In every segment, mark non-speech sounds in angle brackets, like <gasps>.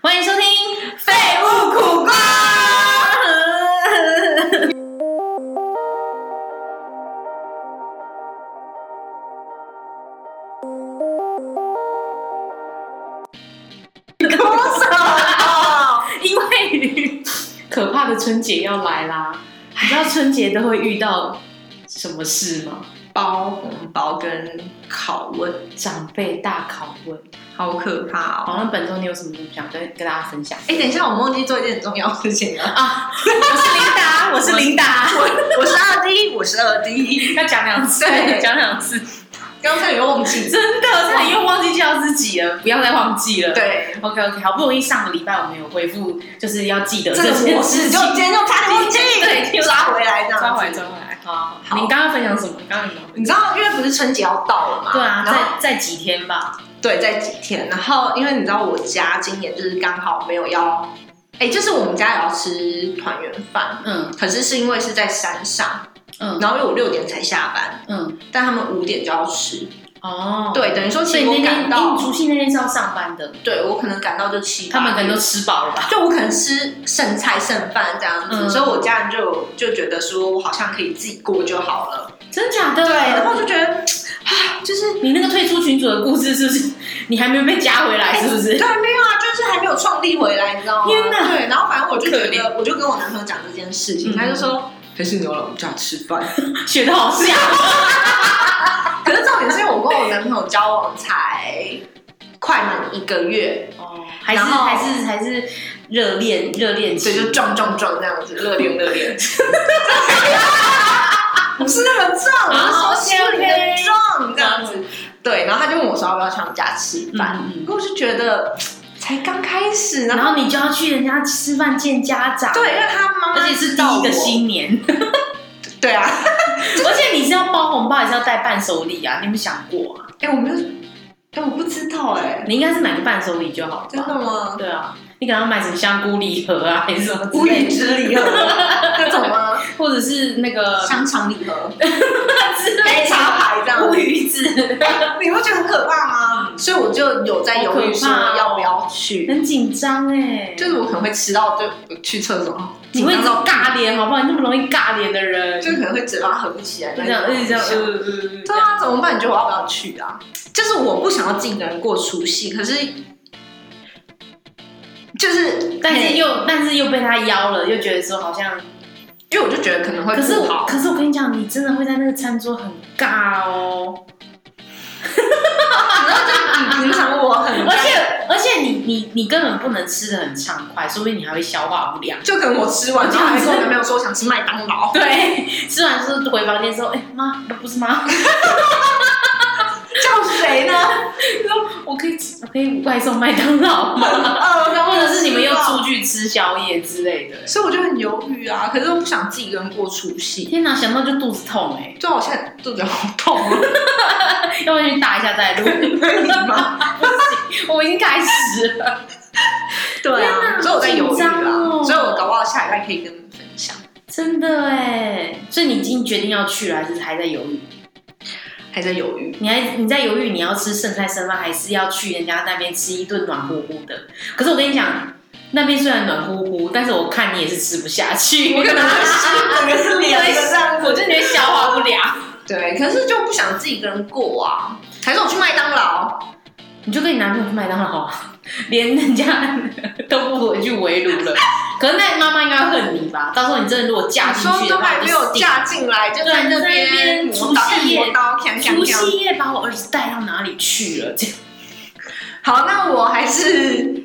欢迎收听《废物苦瓜》。多少？因为可怕的春节要来啦，你知道春节都会遇到什么事吗？ <laughs> 包红包跟拷问，长辈大拷问。好可怕哦！好，那本周你有什么想跟跟大家分享？哎、等一下，我们忘记做一件很重要的事情了。啊，我是琳达，我是琳达， <laughs> 我是二 D，我是二 D。要讲两次对讲两次，刚才有忘记。真的差点又忘记叫自己了，不要再忘记了。对， OK OK，好不容易上个礼拜我们有恢复，就是要记得这这个件模式事就情，今天就插进去，对抓回来这样。抓回来，。抓回来。好好，哦好好你刚刚分享什么？刚刚有没有？你知道，因为不是春节要到了嘛？对啊，然后在在几天吧。对，在几天。然后，因为你知道，我家今年就是刚好没有要，哎、就是我们家也要吃团圆饭，嗯可是是因为是在山上，嗯然后因为我六点才下班，嗯，但他们五点就要吃。哦，，对，等于说所其以实我那赶天因到，除夕那天是要上班的，对我可能赶到就七，他们可能都都吃饱了吧？就我可能吃剩菜剩饭这样子，嗯所以我家人就有就觉得说我好像可以自己过就好了。真假的？对，然后我就觉得，啊，就是。你那个退出群组的故事是不 <laughs> 是？你还没有被加回来是不是哎对，？没有啊，就是还没有创立回来，你知道吗？天哪对，然后反正我就觉可得，我就跟我男朋友讲这件事情，嗯他就说还是你要来我们家吃饭。学的好 <laughs> 像。可是重点是我跟我男朋友交往才快满一个月，哦，还是然后还是还是热恋热恋所以就期，撞撞撞这样子，嗯热恋 <laughs> 热恋。不是那个撞，啊我是说心里的 OK，OK 嗯撞这样子。对，然后他就问我说要不要去他们家吃饭，嗯嗯我就觉得才刚开始，然然后后你就要去人家吃饭见家长，对，，因为他妈妈而且是知第道一个我，新年，对啊， <laughs> <laughs> 而且你是要包红包还是要带伴手礼啊？你有没有想过啊？哎、我没有，哎、我不知道哎、你应该是买个伴手礼就好了真的吧？吗？对啊，你可能要买什么香菇礼盒啊，还是什么之啊呃无类与的，之礼盒 <laughs> 那种吗？或者是那个 <laughs> 香肠礼盒、之类黑的茶牌这样乌子，鱼子， <laughs> 你不觉得很可怕吗？所以我就有在犹豫说好可怕哦要不要去。很紧张哎，就是我可能会迟到，就去厕所，你会一紧直张到尬脸好不好？你那么容易尬脸的人，就可能会嘴巴合不起来，就这样，一直这样，呃呃呃，对啊，怎么办？你觉得我要不要去啊？就是我不想要自己一个人过除夕，可是就是，但是嘿又但是又被他邀了，又觉得说好像，因为我就觉得可能会可是不我好，可是我跟你讲，你真的会在那个餐桌很尬哦，然后 <laughs> 就你平常我很，而且而且你你你根本不能吃的很畅快，说不定你还会消化不良。就可能我吃完，然后还跟我男朋友说我想吃麦当 <laughs> 劳，对，吃完之后回房间说，哎、妈，不是妈，叫谁呢？我可以吃我可以外送麦当劳 <laughs> 吗？呃，然后或者是你们又出去吃宵夜之类的？所以我就很犹豫啊。可是我不想自己一个人过除夕，啊天哪，想到就肚子痛哎、就好像肚子好痛啊。要不然去打一下再 <laughs> 录。可以吗？我已经开始了， <laughs> 对天哪啊，所以我在犹好豫紧张啦，哦所以我搞不好下礼拜可以跟你们分享。真的哎、所以你已经决定要去了，还是还在犹豫？还在犹豫，你还你在犹豫你要吃剩菜剩饭，还是要去人家那边吃一顿暖乎乎的？可是我跟你讲，那边虽然暖乎乎，但是我看你也是吃不下去，我可能会吃整个脸这样我子。就觉得消化不良。对，可是就不想自己一个人过啊。还是我去麦当劳，你就跟你男朋友去麦当劳，连人家都不回去围炉了。可是那妈妈应该会恨你吧？到时候你真的如果嫁进说去的都话，还没有嫁进来，就在那边磨刀磨刀，锵你锵除锵。夕夜把我儿子带到哪里去了？这样好，那我还是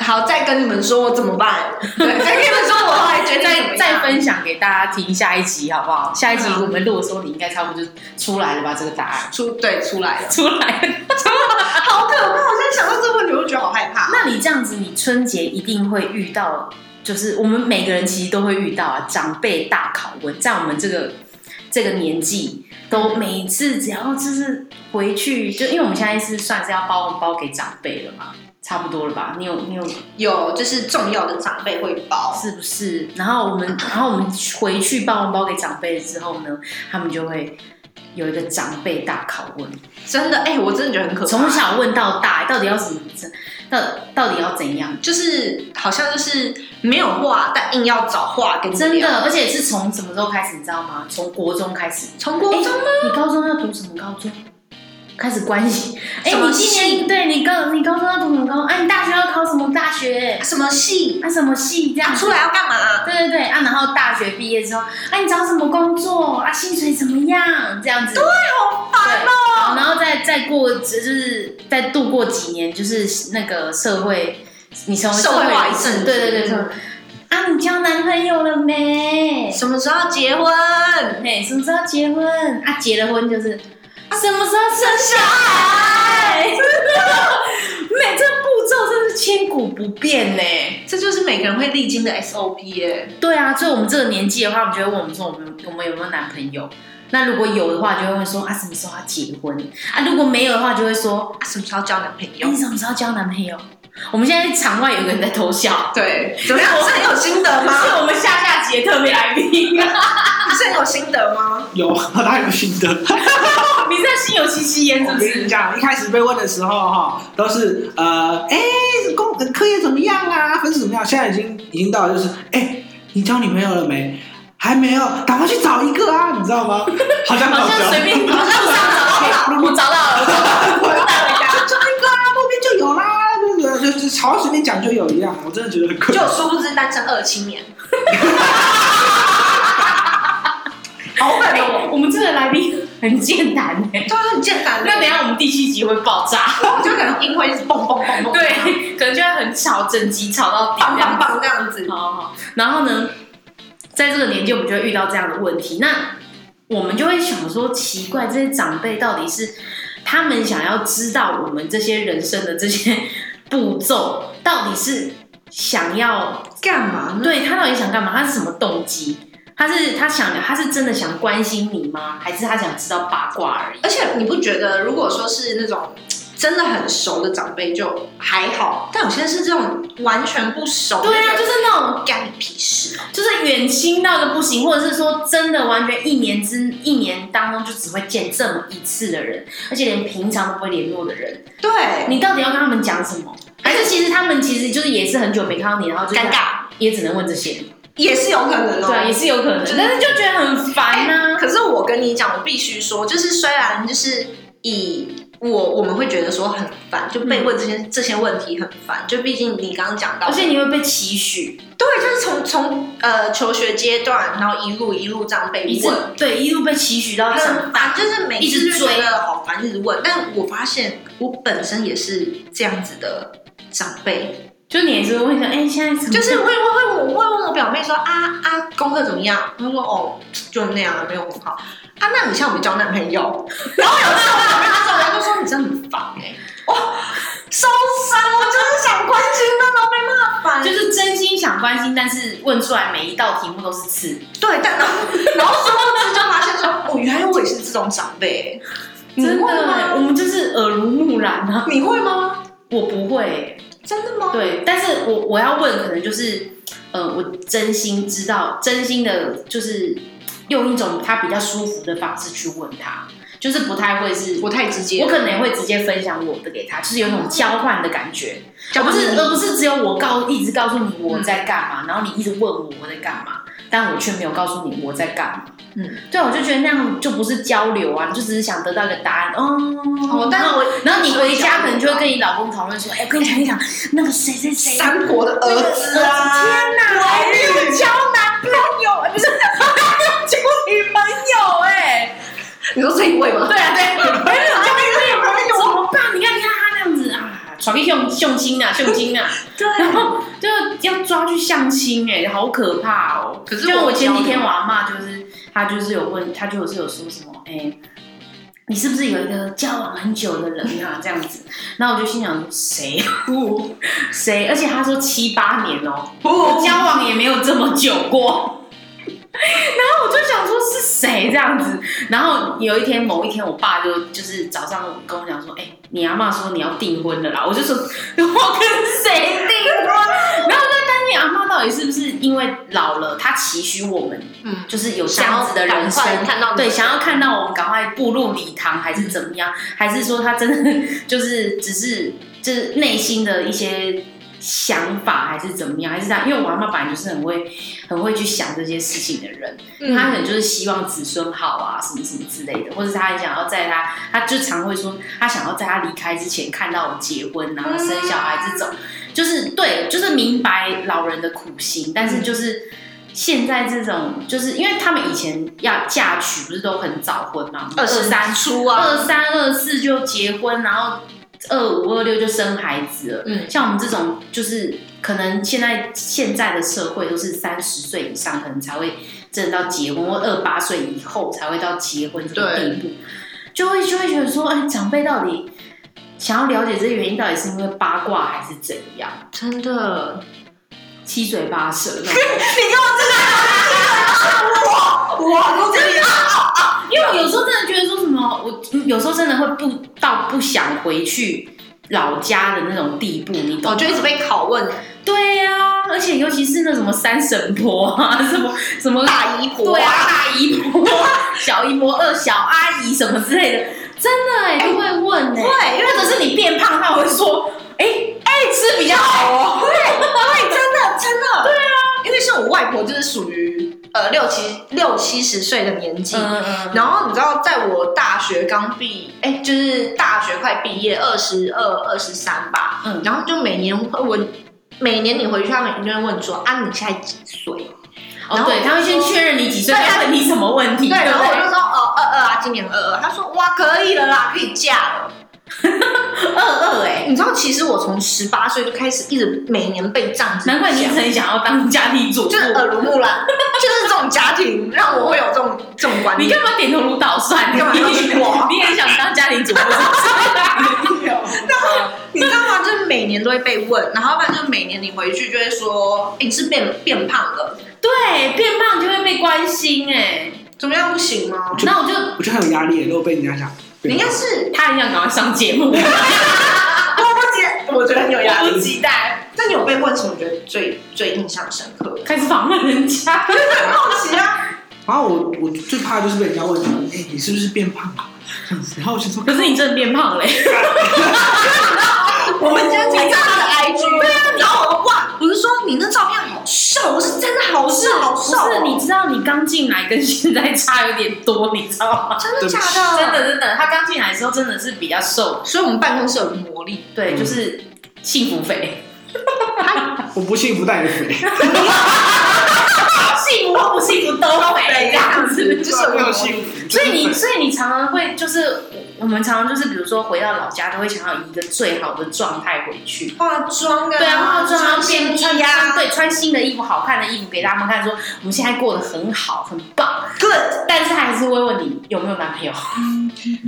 好再跟你们说我怎么办。对，再跟你们说我后来决定怎么 <laughs> 再再样分享给大家听下一集好不好？下一集我们录的时候，你应该差不多就出来了吧？这个答 <laughs> 案出对出来了，出来了。 <laughs> 好可怕！我现在想到这个问题，我就觉得好害怕。那你这样子，你春节一定会遇到，就是我们每个人其实都会遇到啊，长辈大拷问，在我们这个这个年纪，都每一次只要就是回去，就因为我们现在是算是要包红包给长辈了嘛，差不多了吧？你有你有有就是重要的长辈会包，是不是？然后我们，然后我们回去包红包给长辈之后呢，他们就会有一个长辈大拷问，真的，哎、我真的觉得很可怕。从小问到大，到底要怎么，到到底要怎样？就是好像就是没有话，但硬要找话跟你真聊，的，而且是从什么时候开始，你知道吗？从国中开始，从国中吗？你高中要读什么高中？开始关心，哎、什么你今年对你高你高中要读什么高中？哎、你大学要考什么大学？什么戏？啊，什么系这样出子？来要干嘛、对对对啊，然后大学毕业之后，啊，你找什么工作啊？薪水怎么样？这样子，对，好烦哦。然后再再过，就是再度过几年，就是那个社会，你成为社会化一人士阵子对对对对。啊，你交男朋友了没？什么时候要结婚？哎，什么时候结婚？啊，结了婚就是啊，什么时候生小孩？ <laughs> 每这步骤真是千古不变呢、这就是每个人会历经的 SOP 耶、对啊，所以我们这个年纪的话，我们就会问我们说，我们我们有没有男朋友？那如果有的话，就会问说啊，什么时候要结婚？啊，如果没有的话，就会说，啊，什么时候交男朋哎友你？什么时候交男朋友？我们现在场外有一个人在偷笑，对，怎么样？是很有心得吗？是我们下下集的特别来 <laughs> 宾。你是很有心得吗？有， <laughs> 他有心得。在心有戚戚焉，是我不跟是？你讲，一开始被问的时候哈，都是呃，哎、工课业怎么样啊？分数怎么样？现在已经已经到了就是，哎、你交女朋友了没？还没有，赶快去找一个啊，你知道吗？好像好到像家随 <laughs> 便，好像上找到了，我找到了，我找到了，我要我带回家。就那个啊，路边就有啦，就是就是朝随便讲就有一样，我真的觉得很可就怕。殊不知单身二七 <laughs> 年，好狠哦！我们这个来宾很健谈哎、对啊，很健谈。那等一下我们第七集会爆炸。我就可能音会一直蹦蹦蹦蹦，，对，可能就会很吵，整集吵到底棒这棒样。棒这样子。好好好，然后呢，在这个年纪，我们就会遇到这样的问题。那我们就会想说，奇怪，这些长辈到底是他们想要知道我们这些人生的这些步骤，到底是想要干嘛呢？对他到底想干嘛？他是什么动机？他是他想他是真的想关心你吗？还是他想知道八卦而已？而且你不觉得，如果说是那种真的很熟的长辈就还好，但有些是这种完全不熟，对啊，就是那种是干你屁事啊！就是远亲到一个不行，或者是说真的完全一年之一年当中就只会见这么一次的人，而且连平常都不会联络的人，对，你到底要跟他们讲什么？还是其实他们其实就是也是很久没看到你，然后就是尴，尬也只能问这些，也是有可能哦、对啊，也是有可能，但是就觉得很烦啊呐、可是我跟你讲，我必须说，就是虽然就是以我我们会觉得说很烦，就被问这些、这些问题很烦，就毕竟你刚刚讲到，而且你会被期许，对，就是从从呃求学阶段，然后一路一路这样被一直问，对一路被期许到长很大，烦，啊就是每一次直就觉追得好烦，一直问。但我发现我本身也是这样子的长辈，就你也是会说，哎、现在怎么就是会会会我会问我表妹说啊啊功课怎么样？她说哦就那样，没有很好。啊，那你像我们交男朋友，然后有次我表妹她走来就说你真的很烦哎、哇，受伤，我真的想关心她，然后被骂烦，就是真心想关心，但是问出来每一道题目都是刺。对，但然后然后殊不知就发现说，哦，原来我也是这种长辈、欸，真你会的，我吗？们就是耳濡目染啊！你会吗？我不会欸、真的吗？对，但是我我要问，可能就是，呃，我真心知道，真心的，就是用一种他比较舒服的方式去问他，就是不太会是，不太直接，我可能也会直接分享我的给他，就是有一种交换的感觉，交而换嗯不是礼物而不是只有我告一直告诉你我在干嘛，然后你一直问我我在干嘛，但我却没有告诉你我在干嘛。嗯，对，啊我就觉得那样就不是交流啊，你就只是想得到一个答案。哦哦，，但是我然后你回家可能就会跟你老公讨论说，哎、我跟你讲，跟你讲，那个谁谁谁，三婆的儿子啊，天哪，还没有交男朋友，哎不是，还没有交女朋友、哎，你说这一位吗？对啊，对，还没有交女朋哎友，呦怎么办？你看，你看他那样子啊，传给胸胸亲啊，胸亲啊，对然后就要抓去相亲、哎，好可怕哦。可是就我我前几交天我流阿妈就是，她就是有问，她就是有说什么，哎、你是不是有一个交往很久的人啊？这样子，然后我就心想说谁啊不谁？而且她说七八年哦、我 <laughs> 不交往也没有这么久过。 <laughs> 然后我就想说是谁这样子，然后有一天某一天，我爸就就是早上跟我讲说，哎、你阿妈说你要订婚了啦，我就说我跟谁订婚？然后我在担心阿妈到底是不是因为为老了，他期许我们嗯，就是有这样子的人生想要赶快看到对，想要看到我们赶快步入礼堂，还是怎么样？还是说他真的 <laughs> 就是只是就是内心的一些想法，还是怎么样？还是这样？因为我阿妈本来就是很会很会去想这些事情的人，嗯她可能就是希望子孙好啊，什么什么之类的，或者她很想要在她，她就常会说，她想要在她离开之前看到我结婚，然后生小孩这种，就是对，就是明白老人的苦心，但是就是。现在这种，就是因为他们以前要嫁娶，不是都很早婚嘛，二十三出二啊，三二四就结婚，然后二五二六就生孩子了。嗯像我们这种，就是可能现在现在的社会都是三十岁以上，可能才会真的到结婚，或二八岁以后才会到结婚这个地步，就会就会觉得说，哎，长辈到底想要了解这个原因，到底是因为八卦还是怎样？真的，七嘴八舌的， <laughs> 哇，都这样，因为我有时候真的觉得说什么，我嗯有时候真的会不到不想回去老家的那种地步，你懂吗？我哦就一直被拷问，对呀、而且尤其是那什么三婶婆啊，什么什么大姨婆对啊，大姨婆、小姨婆、二小阿姨什么之类的，真的哎、都会问哎、对，因为或者是你变胖，他会说哎哎、吃比较好哦，对，真的真的，对啊，因为像我外婆就是属于呃六七六七十岁的年纪，嗯然后你知道，在我大学刚毕，哎、就是大学快毕业，二十二、二十三吧，嗯然后就每年会问，每年你回去，他们就会问说啊，你现在几岁？哦对，他会先确认你几岁，对啊他问你什么问题，对，然不后我就对？说哦，二二啊，今年二二。他说哇，可以了啦，可以嫁了。 <laughs> 二二哎，你知道，其实我从十八岁就开始一直每年被这样子讲，难怪你一直很想要当家庭主妇就，是耳濡目染， <laughs> 就是这种家庭让我会有这种这种观你念。干嘛点头如捣蒜？你干嘛要娶我你很想当家庭主妇是不是？你知道吗？就是每年都会被问，然后不然就是每年你回去就会说，哎、你是变变胖了， <laughs> 对，变胖就会被关心哎、怎么样不行吗？那我就 <laughs> 我觉得很有压力，如果被人家讲，啊你应该是他很想赶快上节目， <laughs> 我不接，我觉得很有迫不及待，那你有被问什么觉得最最印象深刻？开始访问人家。很好奇啊，然后我我最怕就是被人家问说，哎、你是不是变胖了？这样子，然后我就说，可是你真的变胖欸嘞、我们家才看他的 IG，对啊，然后我哇，我是说你那照片好瘦，我是真的好瘦，好不瘦 <laughs> 是啊哦，，你知道你刚进来跟现在差有点多，你知道吗？真的对不假起的？真。的真的，他刚进来的时候真的是比较瘦，所以我们办公室有个魔力，对，嗯就是幸福肥，我不幸福带肥，啊幸福或不幸福都肥这样子。 <laughs> 就是有没个有魔力。幸福，所以你，所以你常常会就是，我们常常就是，比如说回到老家，都会想要以一个最好的状态回去。化妆啊，对啊，化妆啊，变穿穿呀，对，穿新的衣服，好看的衣服给他们看，说我们现在过得很好，很棒。 ，good，但是他还是会问你有没有男朋友，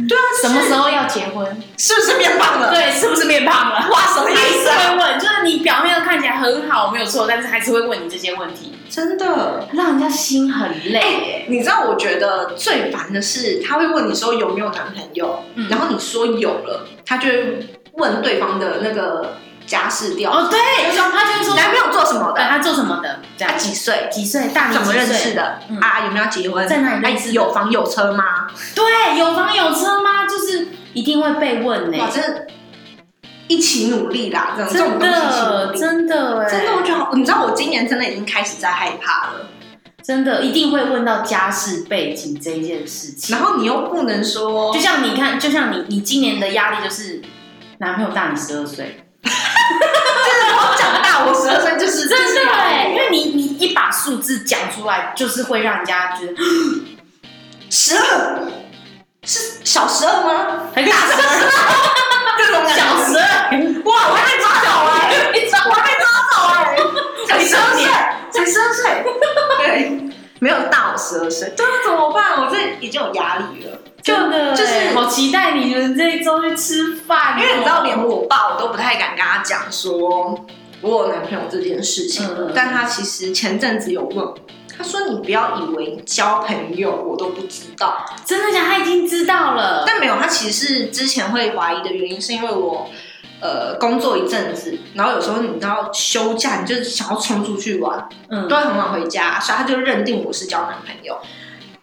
对啊，什么时候要结婚，是不是变胖了？对，是不是变胖了？哇，什么意还是思啊？会问，就是你表面看起来很好，没有错，但是还是会问你这些问题，真的，哎让人家心很累耶。你知道，我觉得最烦的是，他会问你说有没有男朋友，嗯然后你说有了，他就会问对方的那个家世调，哦，对，比如说他就会说，男朋友做什么对的，他做什么的，这他样几岁，几岁，大你怎么几认岁识？的嗯啊，有没有要结婚，在哪里认识哎有房有车吗？对，有房有车吗？就是一定会被问呢哇，。真的，一起努力啦，这种这真种东西一起努的，力。真的哎耶，真的，我觉得好，你知道我今年真的已经开始在害怕了。真的一定会问到家世背景这一件事情。然后你又不能说就，像你看，就像你，你今年的压力就是男朋友大你十二岁，我长大，我十二岁就是真就是的哎，要因为你你一把数字讲出来，就是会让人家觉得十二是小十二吗？很大声，这种感小觉十二，哇，我还被抓走哎、你知道我吗还被抓走哎、才十二岁，才十二 <laughs> 岁，对，没有大我十二岁，对啊，怎么办？我这已经有压力了，就真的耶就是好期待你们这一周去吃饭哦，因为你知道，连我爸我都不太敢跟他讲说我有男朋友这件事情，嗯嗯嗯但他其实前阵子有问我。他说：“你不要以为你交朋友我都不知道，嗯真的假的？他已经知道了，但没有，他其实是之前会怀疑的原因，是因为我呃工作一阵子，然后有时候你知道休假，你就是想要冲出去玩，嗯都，会很晚回家，所以他就认定我是交男朋友。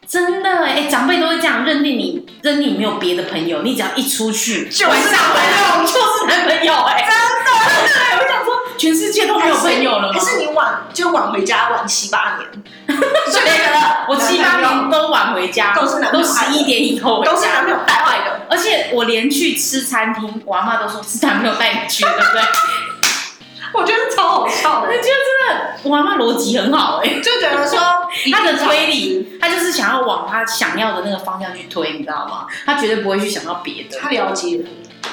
真的哎、长辈都会这样认定你，认定你没有别的朋友，你只要一出去，就是晚上回来我就是男朋友哎、真的，对，我想说全世界都没有朋友了吗还？是你晚就晚回家晚七八年， <laughs> 所以觉得我七八年都晚回家，都是男朋都友害十的一点以后回家都是男朋友带坏的。而且我连去吃餐厅，我阿妈都说是男朋友带你去，对不 <laughs> 对？我觉得超好笑我的，觉得真的，我阿妈逻辑很好哎、就觉得说她的推理，她就是想要往她想要的那个方向去推，你知道吗？她绝对不会去想到别的。他了解你，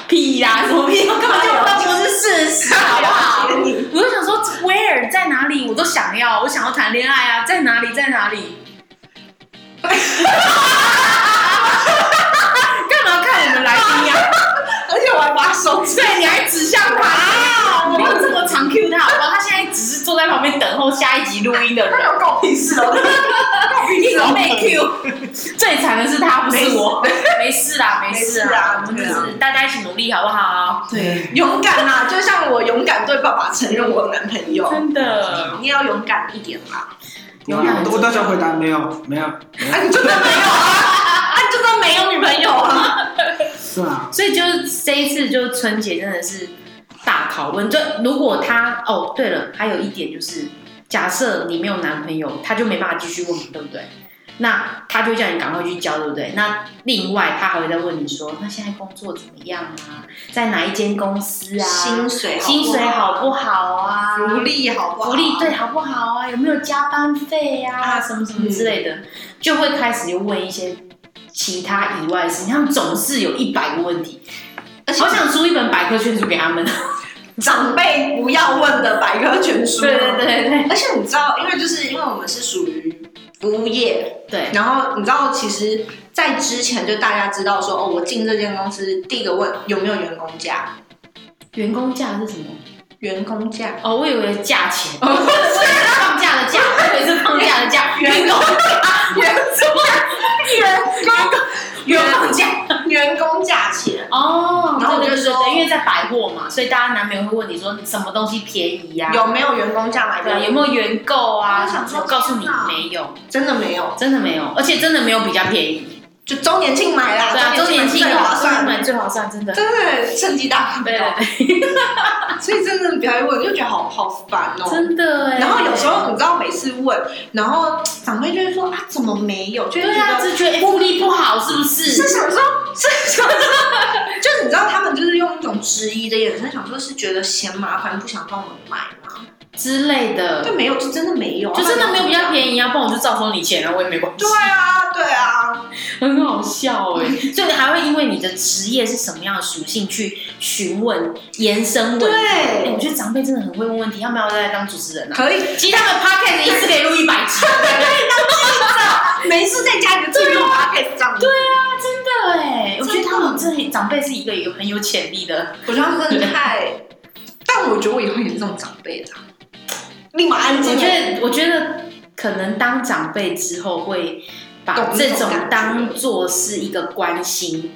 屁 <laughs> 呀、什么屁？我根本就当不是事实，好不好他？了解你，我就想说，where 在哪里，我都想要，我想要谈恋爱啊，在哪里，在哪里？干嘛看我们来宾呀、 <laughs> 而且我还把手指对，你还指向他，你没有这么常 Q 他，好不好？他现在只是坐在旁边等候下一集录音的人，他有搞屁事哦， <laughs> 一直被 Q。最惨的是他，不是我。没事啦，没事没事啦啊，我们对只啊是大家一起努力，好不好？对，勇敢啦、就像我勇敢对爸爸承认我有男朋友，真的，你也要勇敢一点 <laughs> 啦。有两种我大家回答没有，没有，啊，哎你真的没有啊？啊，你真的没有女朋友啊？是啊， <laughs> 所以就是这一次，就春节真的是大拷问。就如果他哦，对了，还有一点就是，假设你没有男朋友，他就没办法继续问你，对不对？那他就叫你赶快去交，对不对？那另外他还会再问你说，那现在工作怎么样啊？在哪一间公司啊？薪水好不好薪水好不好啊？福利好不好？福利对好不好啊？有没有加班费啊？啊什么什么之类的，就会开始又问一些其他以外的事情。他们总是有一百个问题，而且好想出一本百科全书给他们。长辈不要问的百科全书。对对对对而且你知道，因为就是因为我们是属于服务业，对，然后你知道，其实，在之前就大家知道说，哦，我进这间公司，第一个问有没有员工价，员工价是什么？员工价，哦，我以为价钱，放假的假，我以为是放假的假，员工价，员什么？员工员工价。员工价钱。哦，然后我对对就对说对，因为在百货嘛，所以大家难免会问你说什么东西便宜呀？有没有员工价买对啊，的？有没有原购啊？我想说我告诉你天哪没有，真的没有，真的没有，而且真的没有比较便宜。就周年庆买啦，对啊，周年庆最划算，买最划算，真的。真的趁机大啊对啊对，对所以真的不要问，就觉得好好烦对，哦。真的哎。然后有时候你知道每次问，然后长辈就会说啊怎么没有，就会对觉啊，得只觉得哎福利不好是不是是？想说，是想说，就是你知道他们就是用一种质疑的眼神想说，是觉得嫌麻烦不想帮我们买吗？之类的，但没有，就真的没有啊，就真的没有比较宜。便宜啊，不然我就照收你钱啊，我也没关系对。啊，对啊，很好笑哎，所以你还会因为你的职业是什么样的属性去询问、延伸问题。哎我对，觉得长辈真的很会问问题，他们要不要再当主持人啊？可以，其实他们 podcast 一次可以录一百 <laughs> 集。啊没事在家里就自己用 podcast 这样子。对啊，真的哎，我真的觉得他们这长辈是一个有很有潜力的，我觉得他们真的太，但我觉得我以后也是这种长辈的啊，立马安静。我觉得我觉得可能当长辈之后会把懂这那种种感觉当做是一个关心，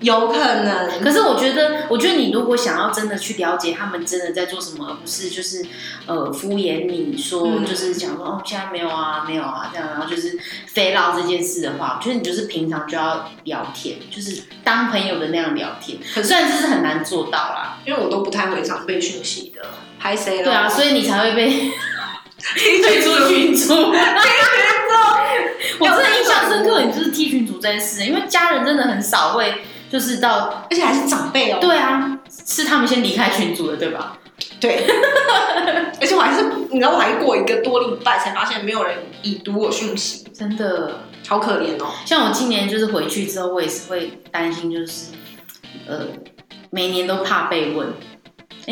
有可能，可是我觉得，我觉得你如果想要真的去了解他们真的在做什么，而不是就是呃敷衍你说，嗯就是讲说哦现在没有啊，没有啊这样，然后就是飞唠这件事的话，我觉得你就是平常就要聊天，就是当朋友的那样聊天。可是虽然这是很难做到啦，因为我都不太回长辈讯息的，拍谁了？对啊，所以你才会被 <laughs> 以退 <laughs> 出群组。 <laughs> 我真要不然的印象深刻，就你就是踢群组这件事，因为家人真的很少会就是到而且还是长辈哦。对啊，是他们先离开群组的，对吧？对， <laughs> 而且我还是，你知道，我还过一个多礼拜才发现没有人已读我讯息，真的，好可怜哦。像我今年就是回去之后，我也是会担心，就是呃，每年都怕被问，哎、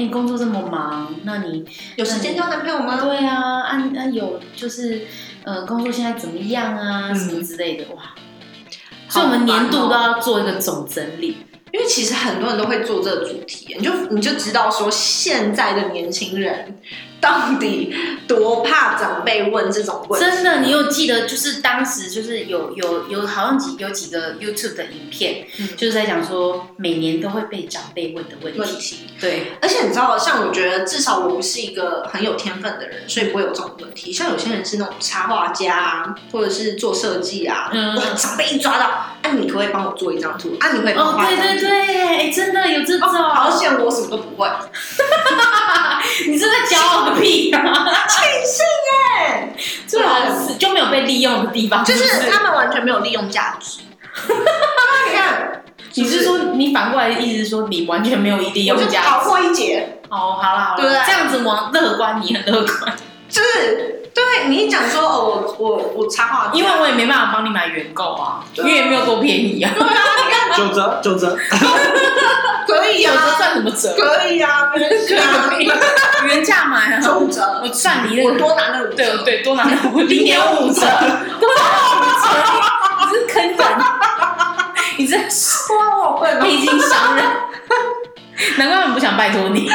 你工作这么忙，那你有时间交男朋友吗？对啊，啊啊有就是呃，工作现在怎么样啊，嗯什么之类的，哇。所以我们年度都要做一个总整理，哦因为其实很多人都会做这个主题，你就你就知道说现在的年轻人到底多怕长辈问这种问题。真的，你有记得就是当时就是有有有好像几有几个 YouTube 的影片，嗯就是在讲说每年都会被长辈问的问问题。题，对，而且你知道，像我觉得至少我不是一个很有天分的人，所以不会有这种问题。像有些人是那种插画家啊，或者是做设计啊，嗯哇，长辈一抓到，啊，你可不可以帮我做一张图？啊，你可不可以帮我哦，画一对张图？对对，哎，真的有这种，啊哦，好险，我什么都不会，你是在骄傲个屁 <laughs> 啊！庆幸哎，最好是就没有被利用的地方，就是他们完全没有利用价值。你看，你是说你反过来的意思是说你完全没有利用我就价逃值？过一劫？哦，好啦好啦，对不啊对这样子往乐观，你很乐观，就是对你一讲说哦，我我我插画家，因为我也没办法帮你买原购啊，对因啊为也没有多便宜啊，九折九折， <laughs> 可以有的啊，算什么折？可以啊，没关 <laughs> 系啊，原价买啊，中折。我算你那我个，多拿了五对折，对，多拿了我零点五折， <laughs> 多拿五折，你是坑人， <laughs> 你这哇，我笨哦历经 <laughs> 商人，难怪我们不想拜托你。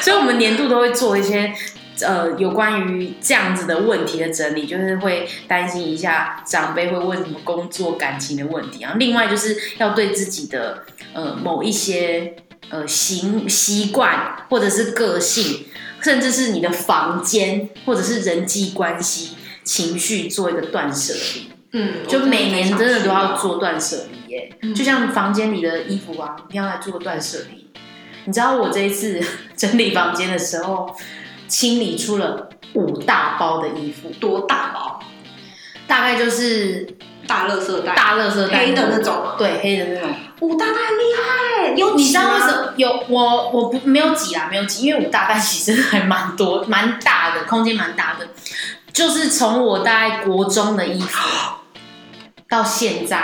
所以，我们年度都会做一些呃有关于这样子的问题的整理，就是会担心一下长辈会问什么工作、感情的问题，然后另外就是要对自己的呃某一些呃行习惯或者是个性，甚至是你的房间或者是人际关系、情绪做一个断舍离。嗯，就每年真的都要做。做断舍离耶、啊嗯就像房间里的衣服啊，一定要来做个断舍离。你知道我这一次 <laughs> 整理房间的时候，清理出了五大包的衣服，多大包，大概就是大垃圾袋，大垃圾袋黑的那，种吗？对，黑的那种。五大袋很厉害，有你知道为什么？么有我我不没有挤啦，没有挤，因为五大袋其实还蛮多，蛮大的，空间蛮大的。就是从我大概国中的衣 <gasps> 服到现在，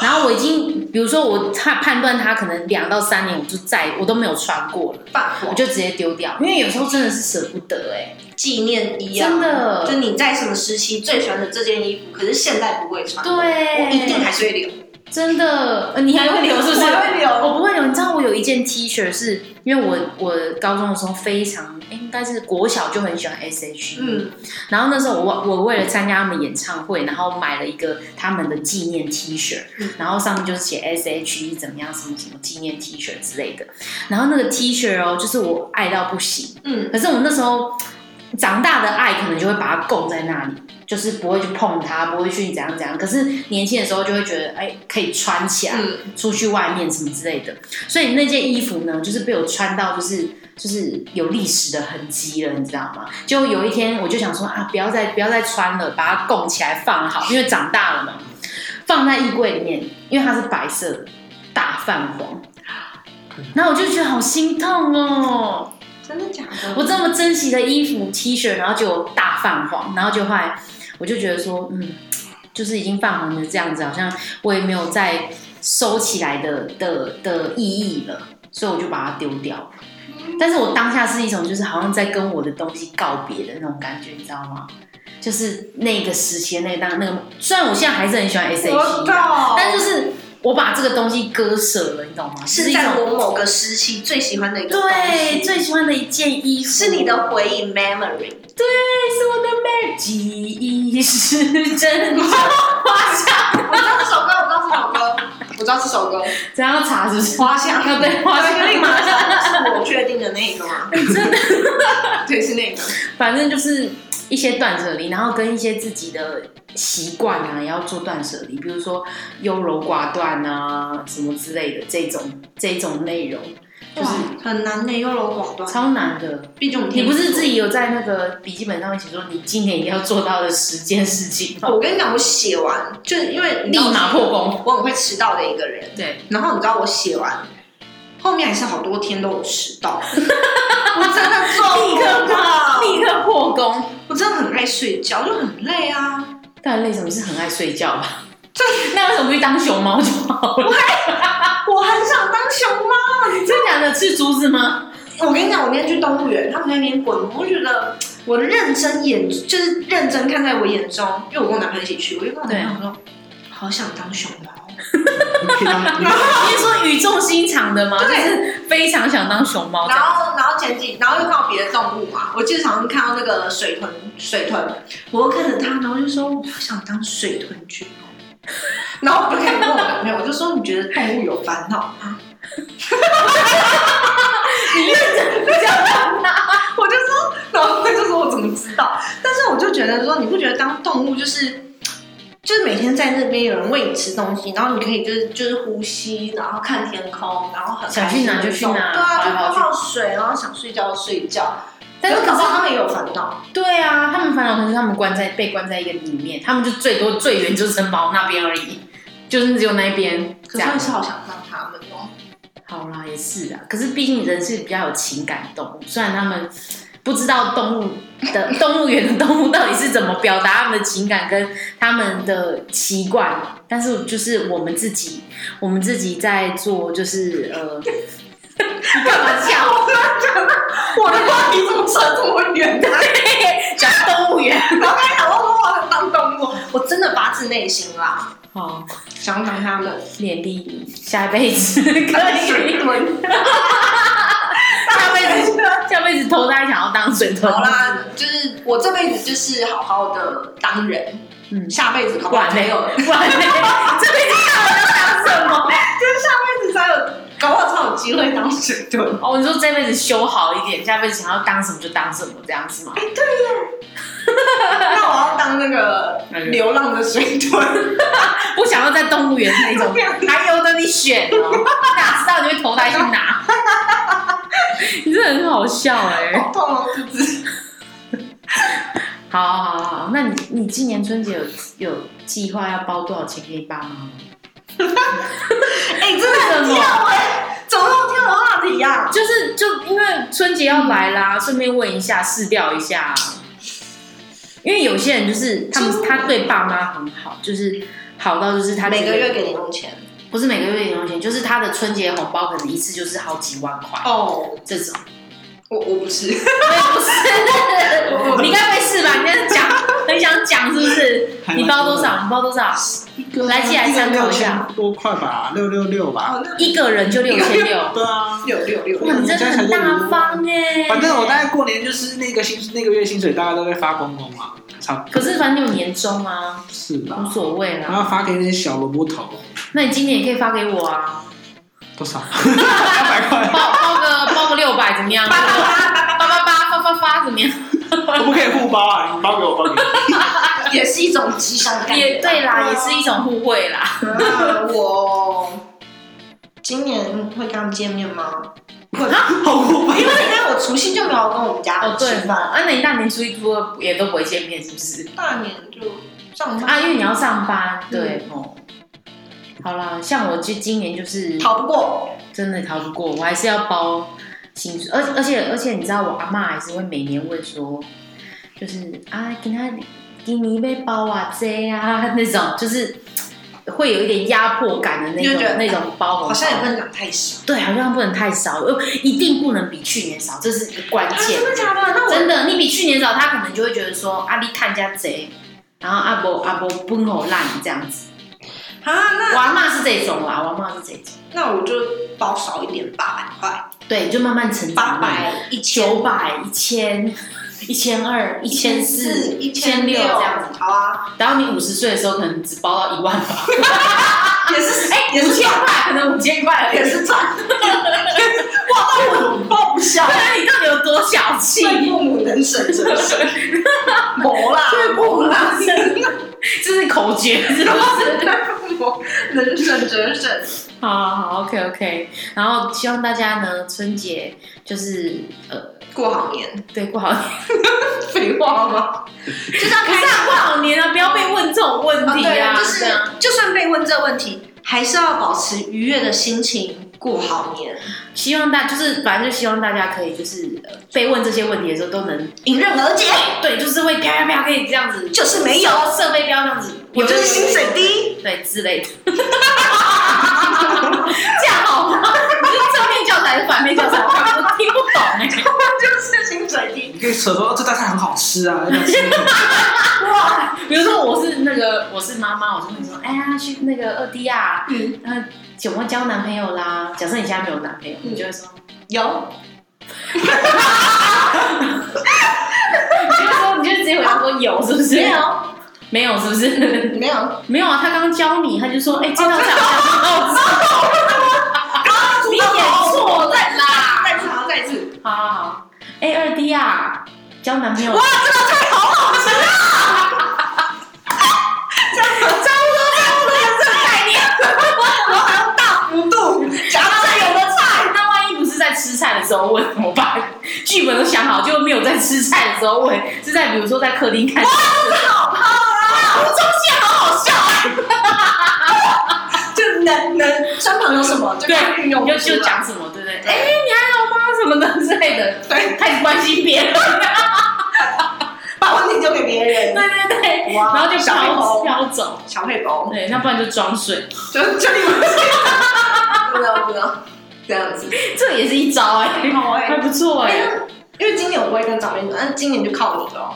然后我已经，比如说我判判断它可能两到三年，我就再我都没有穿过了，法我国就直接丢掉，因为有时候真的是舍不得哎、纪念衣啊，真的，就你在什么时期最喜欢的这件衣服，可是现在不会穿，对我一定还是会留，真的，呃你还会留是不是？我还会留嗯我不会留。你知道我有一件 T 恤是，因为我我高中的时候非常，诶应该是国小就很喜欢 S.H.E，、嗯，然后那时候我我为了参加他们演唱会，然后买了一个他们的纪念 T 恤，嗯然后上面就是写 S.H.E 怎么样，什么什么纪念 T 恤之类的。然后那个 T 恤哦，就是我爱到不行，嗯，可是我那时候长大的爱，可能就会把它供在那里，就是不会去碰它，不会去怎样怎样。可是年轻的时候就会觉得，哎、可以穿起来，嗯出去外面什么之类的。所以那件衣服呢，就是被我穿到，就是就是有历史的痕迹了，你知道吗？就有一天我就想说啊，不要再不要再穿了，把它供起来放好，因为长大了嘛，放在衣柜里面，因为它是白色的，大泛黄。然后我就觉得好心痛哦，真的假的？我这么珍惜的衣服、T 恤，然后就大泛黄，然后就后来我就觉得说，嗯，就是已经泛黄成这样子，好像我也没有再收起来的的的意义了，所以我就把它丢掉了。但是我当下是一种就是好像在跟我的东西告别的那种感觉，你知道吗？就是那个时期的那当那个，虽然我现在还是很喜欢 S 我 H E，懂，但就是我把这个东西割舍了，你懂吗？是一在种我某个时期最喜欢的一个东对西，最喜欢的一件衣服，是你的回忆 memory，这是我的 m a 记忆是真的 <laughs> 花香，我知道这首歌，我知道这首歌，我知道这首歌，这样要查是不是？花香啊，对，花香那立个马上，是我确定的那一 <laughs> 个吗？真的， <laughs> 对，是那个。反正就是一些断舍离，然后跟一些自己的习惯啊，也要做断舍离，比如说优柔寡断啊，什么之类的这种这种内容，啊就是很难的，优柔寡断。超难的。毕竟我们你不是自，己有在那个笔记本上面写说你今年一定要做到的十件事情吗？我跟你讲，我写完就是因为你知立道马破功。我很会迟到的一个人。对，然后你知道我写完，后面还是好多天都有 <laughs> 迟到，我真的做立不刻到，立刻破功。我真的很爱睡觉，就很累啊。但累什么是很爱睡觉吧？那为什么不去当熊猫就好了？我很想当熊猫。真的假的？吃竹子吗？我跟你讲，我那天去动物园，他们在那边滚，我觉得我认真眼就是认真看在我眼中，因为我跟我男朋友一起去，我就跟我男朋友说，好想当熊猫哦。可以当你你是说语重心长的吗？就对是非常想当熊猫这然样。后，然后前几，然后又看到别的动物嘛，我记得常常看到那个水豚，水豚，我就看着它，然后就说我好想当水豚君哦。 <laughs> 然后我就看问我男朋友，我就说你觉得动物有烦恼吗？你认真 <laughs> 这样吗？我就说，然后他就说我怎么知道？但是我就觉得说，你不觉得当动物就是，就是每天在那边有人喂你吃东西，然后你可以就是就是呼吸，然后看天空，然后很想去哪就去哪对啊，跑就来跑泡去泡水，然后想睡觉就睡觉。但是可可是是他们也有烦恼。对啊，他们烦恼可能是他们关在被关在一个里面，他们就最多最远就是城堡那边而已，就是只有那一边这可是我样也。是好想当他们 <laughs> 哦。好啦，也是啊。可是毕竟人是比较有情感的动物，虽然他们不知道动物的 <laughs> 动物园的动物到底是怎么表达他们的情感跟他们的习惯，但是就是我们自己，我们自己在做，就是呃，你干嘛笑？我在讲到我的话题怎么扯这么远的？讲动 <laughs> 物园。然后还想说我好想当动物，我真的发自内心啦，好，想要当他们。勉励你下辈子可以， <laughs> 水豚。下辈子下辈子投胎想要当水豚。好，啦，就是我这辈子就是好好的当人，嗯，下辈子不搞不好然呢才有，不然呢？这辈子到底要当什么？就是下辈子才有，搞不好才有机会当水豚。哦，你说这辈子修好一点，下辈子想要当什么就当什么，这样子吗？ <laughs> 那我要当那个那个流浪的水豚， <laughs> 不想要在动物园那 <laughs> 种，还由得你选哦， <laughs> 哪知道你会投胎去哪？ <laughs> 你这很好笑哎、 <laughs> 好痛哦，肚子。好好好好，那你你今年春节有有计划要包多少钱给你爸妈吗？哎、真的为什很么跳哎、怎么那么跳的话题啊呀、就是就因为春节要来嗯啦，顺、便问一下试调一下，因为有些人就是他们他对爸妈很好，就是好到就是他觉每得个月给零用钱不是每个月零用钱，就是他的春节红包可能一次就是好几万块、哦，这种。我我不是，我也不是，你该不会是吧？你在讲，很想讲是不是？你包多少？你包多少？来寄来参考六一下千多块吧，六六六吧。哦，那一个人就六千六，对啊，六六六，哇，你真的很大方哎。反正我大概过年就是那个薪那个月薪水大概都会发公公嘛，差不多可是反正有年终啊，是无吧？所谓然啦。后发给那些小萝卜头那你今年也可以发给我啊，<laughs> 多少？两百块，包包个包个六百怎么样？八八八八八八发发发怎么样？我们可以互包啊，你包给我，包给你。 <laughs> 也是一种吉祥的感觉。也对啦，也是一种互惠啦。那我今年会跟他们见面吗？会， <laughs> 好过分因为你看我除夕就没有跟我们家哦人对吃，饭，啊，那你大年初一、初二也都不会见面是不是？大年就上班，啊，因为你要上班，对、哦。好啦，像我就今年就是逃不过。真的逃不过，我还是要包薪水，而而且而且你知道，我阿妈还是会每年问说，就是啊，给他给你一杯包啊这啊 <laughs> 那种，就是会有一点压迫感的那就种觉得那种包红包好像也不能讲太少，对，好像不能太少，呃，一定不能比去年少，这是一个关啊键。的假的？那真的，你比去年早，他可能就会觉得说啊，你看人家贼，然后啊阿伯阿伯崩吼烂这样子。啊，那我阿嬷是这种啊啦，我阿嬷是这种。那我就包少一点，八百块，对，就慢慢成长嘛，八百一九百、一千、一千二、一千四、一千千六这样子。好啊，然后你五十岁的时候，可能只包到一万吧，也是哎， <laughs> 也五是千块，可能五千块而已也。是赚，哇，我报不下，那你到底有多小气？对父母能省则 <laughs> 省，没啦，对父母啦， <laughs> 这是口诀，是不是？ <laughs> 对父母能省则省。好好好，OK OK。然后希望大家呢，春节就是呃，过好年，对， <laughs> 过好年，废话吗？就是要不开是心啊，过好年啊，不要被问这种问啊，题对啊，就是对啊就算被问这问题，还是要保持愉悦的心情过好年，希望大就是反正就希望大家可以就是、呃、被问这些问题的时候都能迎刃而解。对，就是会啪啪啪可以这样子，就是没有设备标这样子，我就是薪水低，对之类 <laughs> 的，这样好吗？你是正面教材还是反面教材？我听不懂哎、我就是薪水低。可以扯说哦这道菜很好吃啊，要不要吃一口？哇，比如说我是那个我是妈妈，我就会说，哎呀，去那个二弟啊，嗯，呃，有没有交男朋友啦？假设你现在没有男朋友，你就会说，有，你就会说，你就直接回答说有，是不是？没，有，没有，是不是？没有，没有啊，他刚教你，他就说，哎，这道菜好像很好吃。你啊演错了啦！哦再次，好，再次，好好好，哎，二弟啊，交男朋友哇，这道菜好好吃啊！这样差不多，差不多有这个概念。我好像大幅度夹菜有的菜，那万一不是在吃菜的时候问怎么办？剧本都想好，就没有在吃菜的时候问，是在比如说在客厅看。哇，好好啊！我中间好好笑啊！就能能身旁有什么就赶快对，运用啊你出就来，就讲什么，对不对？哎、你还好吗？什么的之类的，对，开始关心别人。 <laughs> 把问题丢给别对人。对对，哇然后就小黑飘猴，飘走。小黑猴，对，那不然就装睡，就就你们， <laughs> 不要不要这样子。这也是一招哎、好哎还不错哎、因为今年我不会跟长辈说，但今年就靠你了。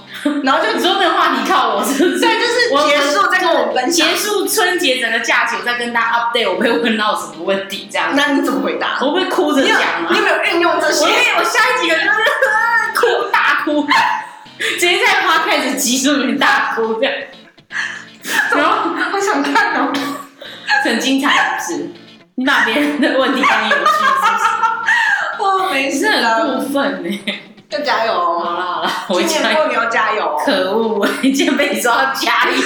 <laughs> 然后就你说那个话题靠我是不是？对，就是结束再跟我分享结。束春节整个假期，我再跟大家 update 我被问到什么问题这样子。那你怎么回答？我会哭着你有讲吗你？有没有运用这些我？我下一集可能就是 <laughs> 啊哭大哭， <laughs> 直接在 podcast 集数里面大哭这样，然后好想看 <laughs> 哦。很精彩是不是？你把别人的问题当有趣，是哦，没不是？你事是很的，过分欸呢、要加油哦。好啦好啦，我今年讲过年要加油哦。可恶，你竟然被你说到家里，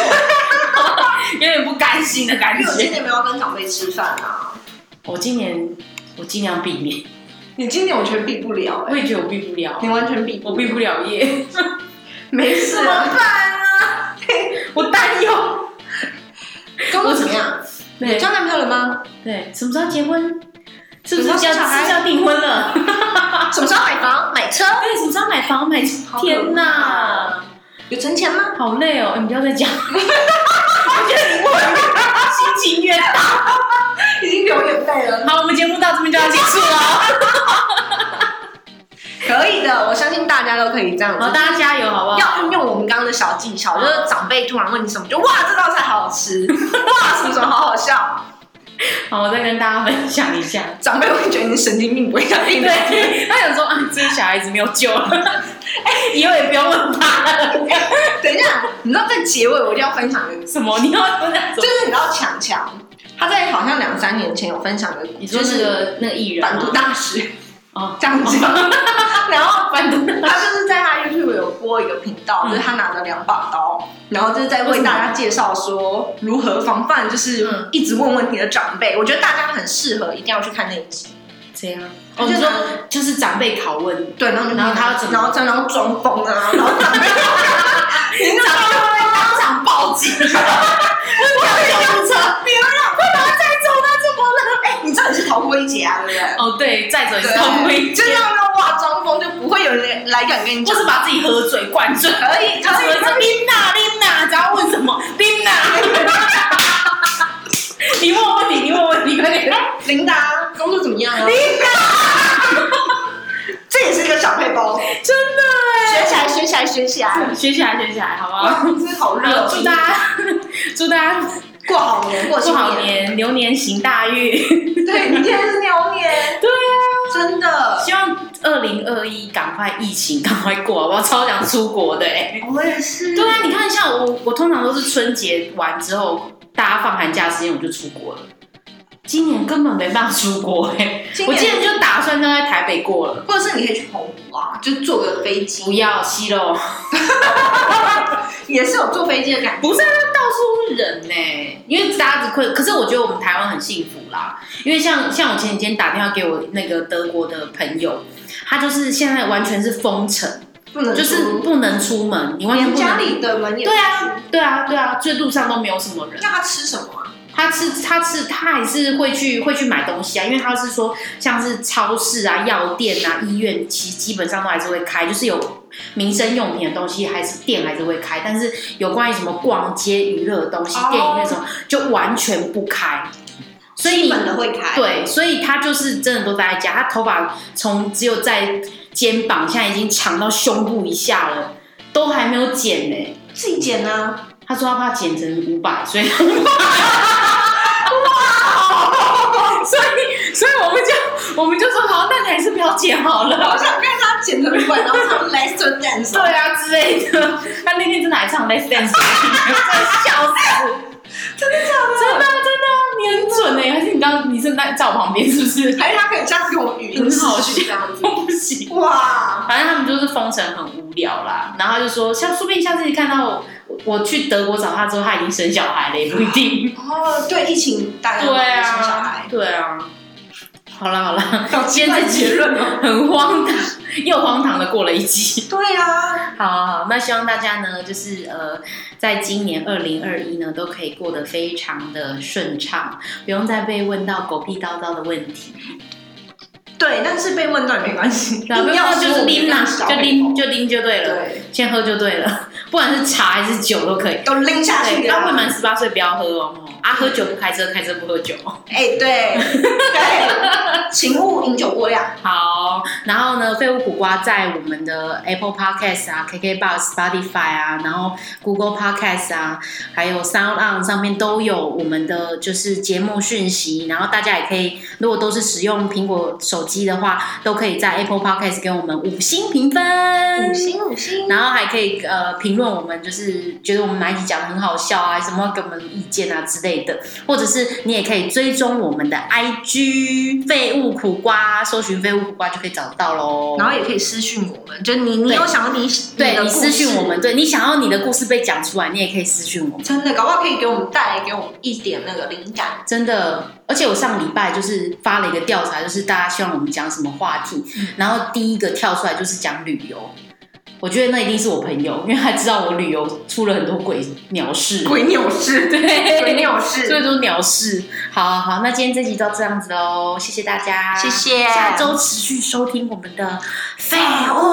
有点不甘心的感因为我今觉。年没有跟长辈吃饭啊。我今年我尽量避免，你今年我全避不了我哎，也觉得我避不了你，完全避我避不了业，没事怎么啊。办啊？我担忧。跟我怎么样？你对交男朋友了吗？对，什么时候结婚？是不是什么要时是候生小孩不是要订婚了？啊什么时候买房买车？对，什么时候买房买？好可天哪怕，有存钱吗？好累哦！你不要再讲，我觉得你我心情越大。已经流眼泪了。好，我们节目到这边就要结束了哦。可以的，我相信大家都可以这样好，子。大家加油，好不好？要运用我们刚刚的小技巧，就是长辈突然问你什么，就哇这道菜好好 <laughs> 吃，哇什么什么好好笑，好，我再跟大家分享一下。长辈会觉得你神经病，不会想听你的。对，他想说啊，这个小孩子没有救了， <laughs> 哎以后也不要问他了。哎等一下，你知道在结尾我一定要分享 <laughs> 一个，什么？你要分享什么？就是你知道强强，他在好像两三年前有分享的，你说就那是个那个艺人反吗毒大师 <laughs> 哦，这样子，然后反毒他就是在他 YouTube 有播一个频嗯道，就是他拿着两把刀，然后就是在为大家介绍说如何防范，就是嗯一直问问题的长辈。我觉得大家很适合，一定要去看那一集。这样？哦，你说就是长辈拷问对，然后就然后他要怎么然后在然后装疯啊，然后长辈， <laughs> 你长辈会不会当场报警？ <laughs> 会叫救护车？别让，快把他载走，他怎么了？哎，你这里是逃过一劫啊，对不对？哦，对，载走也是同对，归，就要让哇装疯，就不会有人来敢跟你就讲。是把自己喝醉、灌醉。可以，可他说：“以，琳娜，琳娜，只要问什么，琳 <laughs> 娜。”你问我问题，你问我问 <laughs> 题，快点！琳达工作怎么样啊？琳 <laughs> 这也是一个小配包，学真的起来，学起来，学起来！哎， <laughs> 学起来，学起来，好不 <laughs> 哇，好？真的好热好，哦，祝大家， <laughs> 祝大家过好年，过过新好年，牛年行大运。 <laughs> 对，明天是牛年，对啊。真的。希望二零二一赶快疫情赶快过，好不好？超想出国的哎、我也是对啊，你看像我，我通常都是春节完之后，大家放寒假时间我就出国了。今年根本没办法出国哎、今我今年年就打算要在台北过了。或者是你可以去澎湖啊，就坐个飞不机，要西喽，也是有坐飞机的感觉。不是啊，那到处都是人呢、因为大家只困。可是我觉得我们台湾很幸福啦，因为像像我前几天打电话给我那个德国的朋友，他就是现在完全是封城，不能就是出不能出门，你完全连不能家里的门也对啊，对啊，对啊，最路上都没有什么人那。他吃什么啊？他吃，他吃，他还是会去会去买东西啊，因为他是说像是超市啊、药店啊、医院，其实基本上都还是会开，就是有民生用品的东西还是店还是会开，但是有关于什么逛街、娱乐的东西哦、电影那种就完全不开。所以基你本的会开，，对，所以他就是真的都待在家，他头发从只有在肩膀现在已经长到胸部以下了，都还没有剪呢、自己剪啊，他说他怕剪成五百，所以所以所以我们就我们就说好，那你还是不要剪好了。好想看他剪成短，然后唱 Lester Dance，对啊之类的。他那天真的还唱 Let's Dance，笑死！真的真的真的啊，你很准哎、还是你刚你是在在我旁边是不是？ <laughs> <laughs> 还是他可以这样给我语音很好视讯这样子，我不行。哇，反正他们就是封城很无聊啦，然后他就说，像说不定下次看到我，我我去德国找他之后，他已经生小孩了，也不一定。哦，对，疫情大家都对生小啊孩，，对啊。好啦好啦，好今天这集结论哦，很荒唐，又荒唐的过了一集。对啊， <laughs> 好好，好那希望大家呢，就是呃，在今年二零二一呢，都可以过得非常的顺畅，不用再被问到狗屁叨叨的问题。对，但是被问到也没关系， <laughs> 然硬后要就是拎啦，说我就们拎就拎就对了，对，先喝就对了， <laughs> 不管是茶还是酒都可以。都拎下对，去要啊，未满十八岁不要喝哦。哦啊，喝酒不开车，开车不喝酒。哎，对对，请勿饮酒过 <laughs> 量，好，然后呢，废物苦瓜在我们的 Apple Podcast 啊、KKBox、Spotify 啊，然后 Google Podcast 啊，还有 Sound On 上面都有我们的就是节目讯息，然后大家也可以，如果都是使用苹果手机的话，都可以在 Apple Podcast 给我们五星评分，五星五星，然后还可以呃评论我们，就是觉得我们哪一集讲的很好笑啊，什么给我们意见啊之类的，或者是你也可以追踪我们的 IG 废物苦瓜，搜寻废物苦瓜就可以找到喽。然后也可以私讯我们，就你你对有想要你对的你故私讯事我们，对你想要你的故事被讲出来，你也可以私讯我们。真的，搞不好可以给我们带来给我们一点那个灵感。真的，而且我上礼拜就是发了一个调查，就是大家希望我们讲什么话题，嗯然后第一个跳出来就是讲旅游。我觉得那一定是我朋友，因为他知道我旅游出了很多 <laughs> 鬼鸟事。鬼鸟 <laughs> 事，对，鬼鸟所以事，都鸟事。好好好，那今天这集就到这样子喽，谢谢大家，谢谢下周持续收听我们的废物。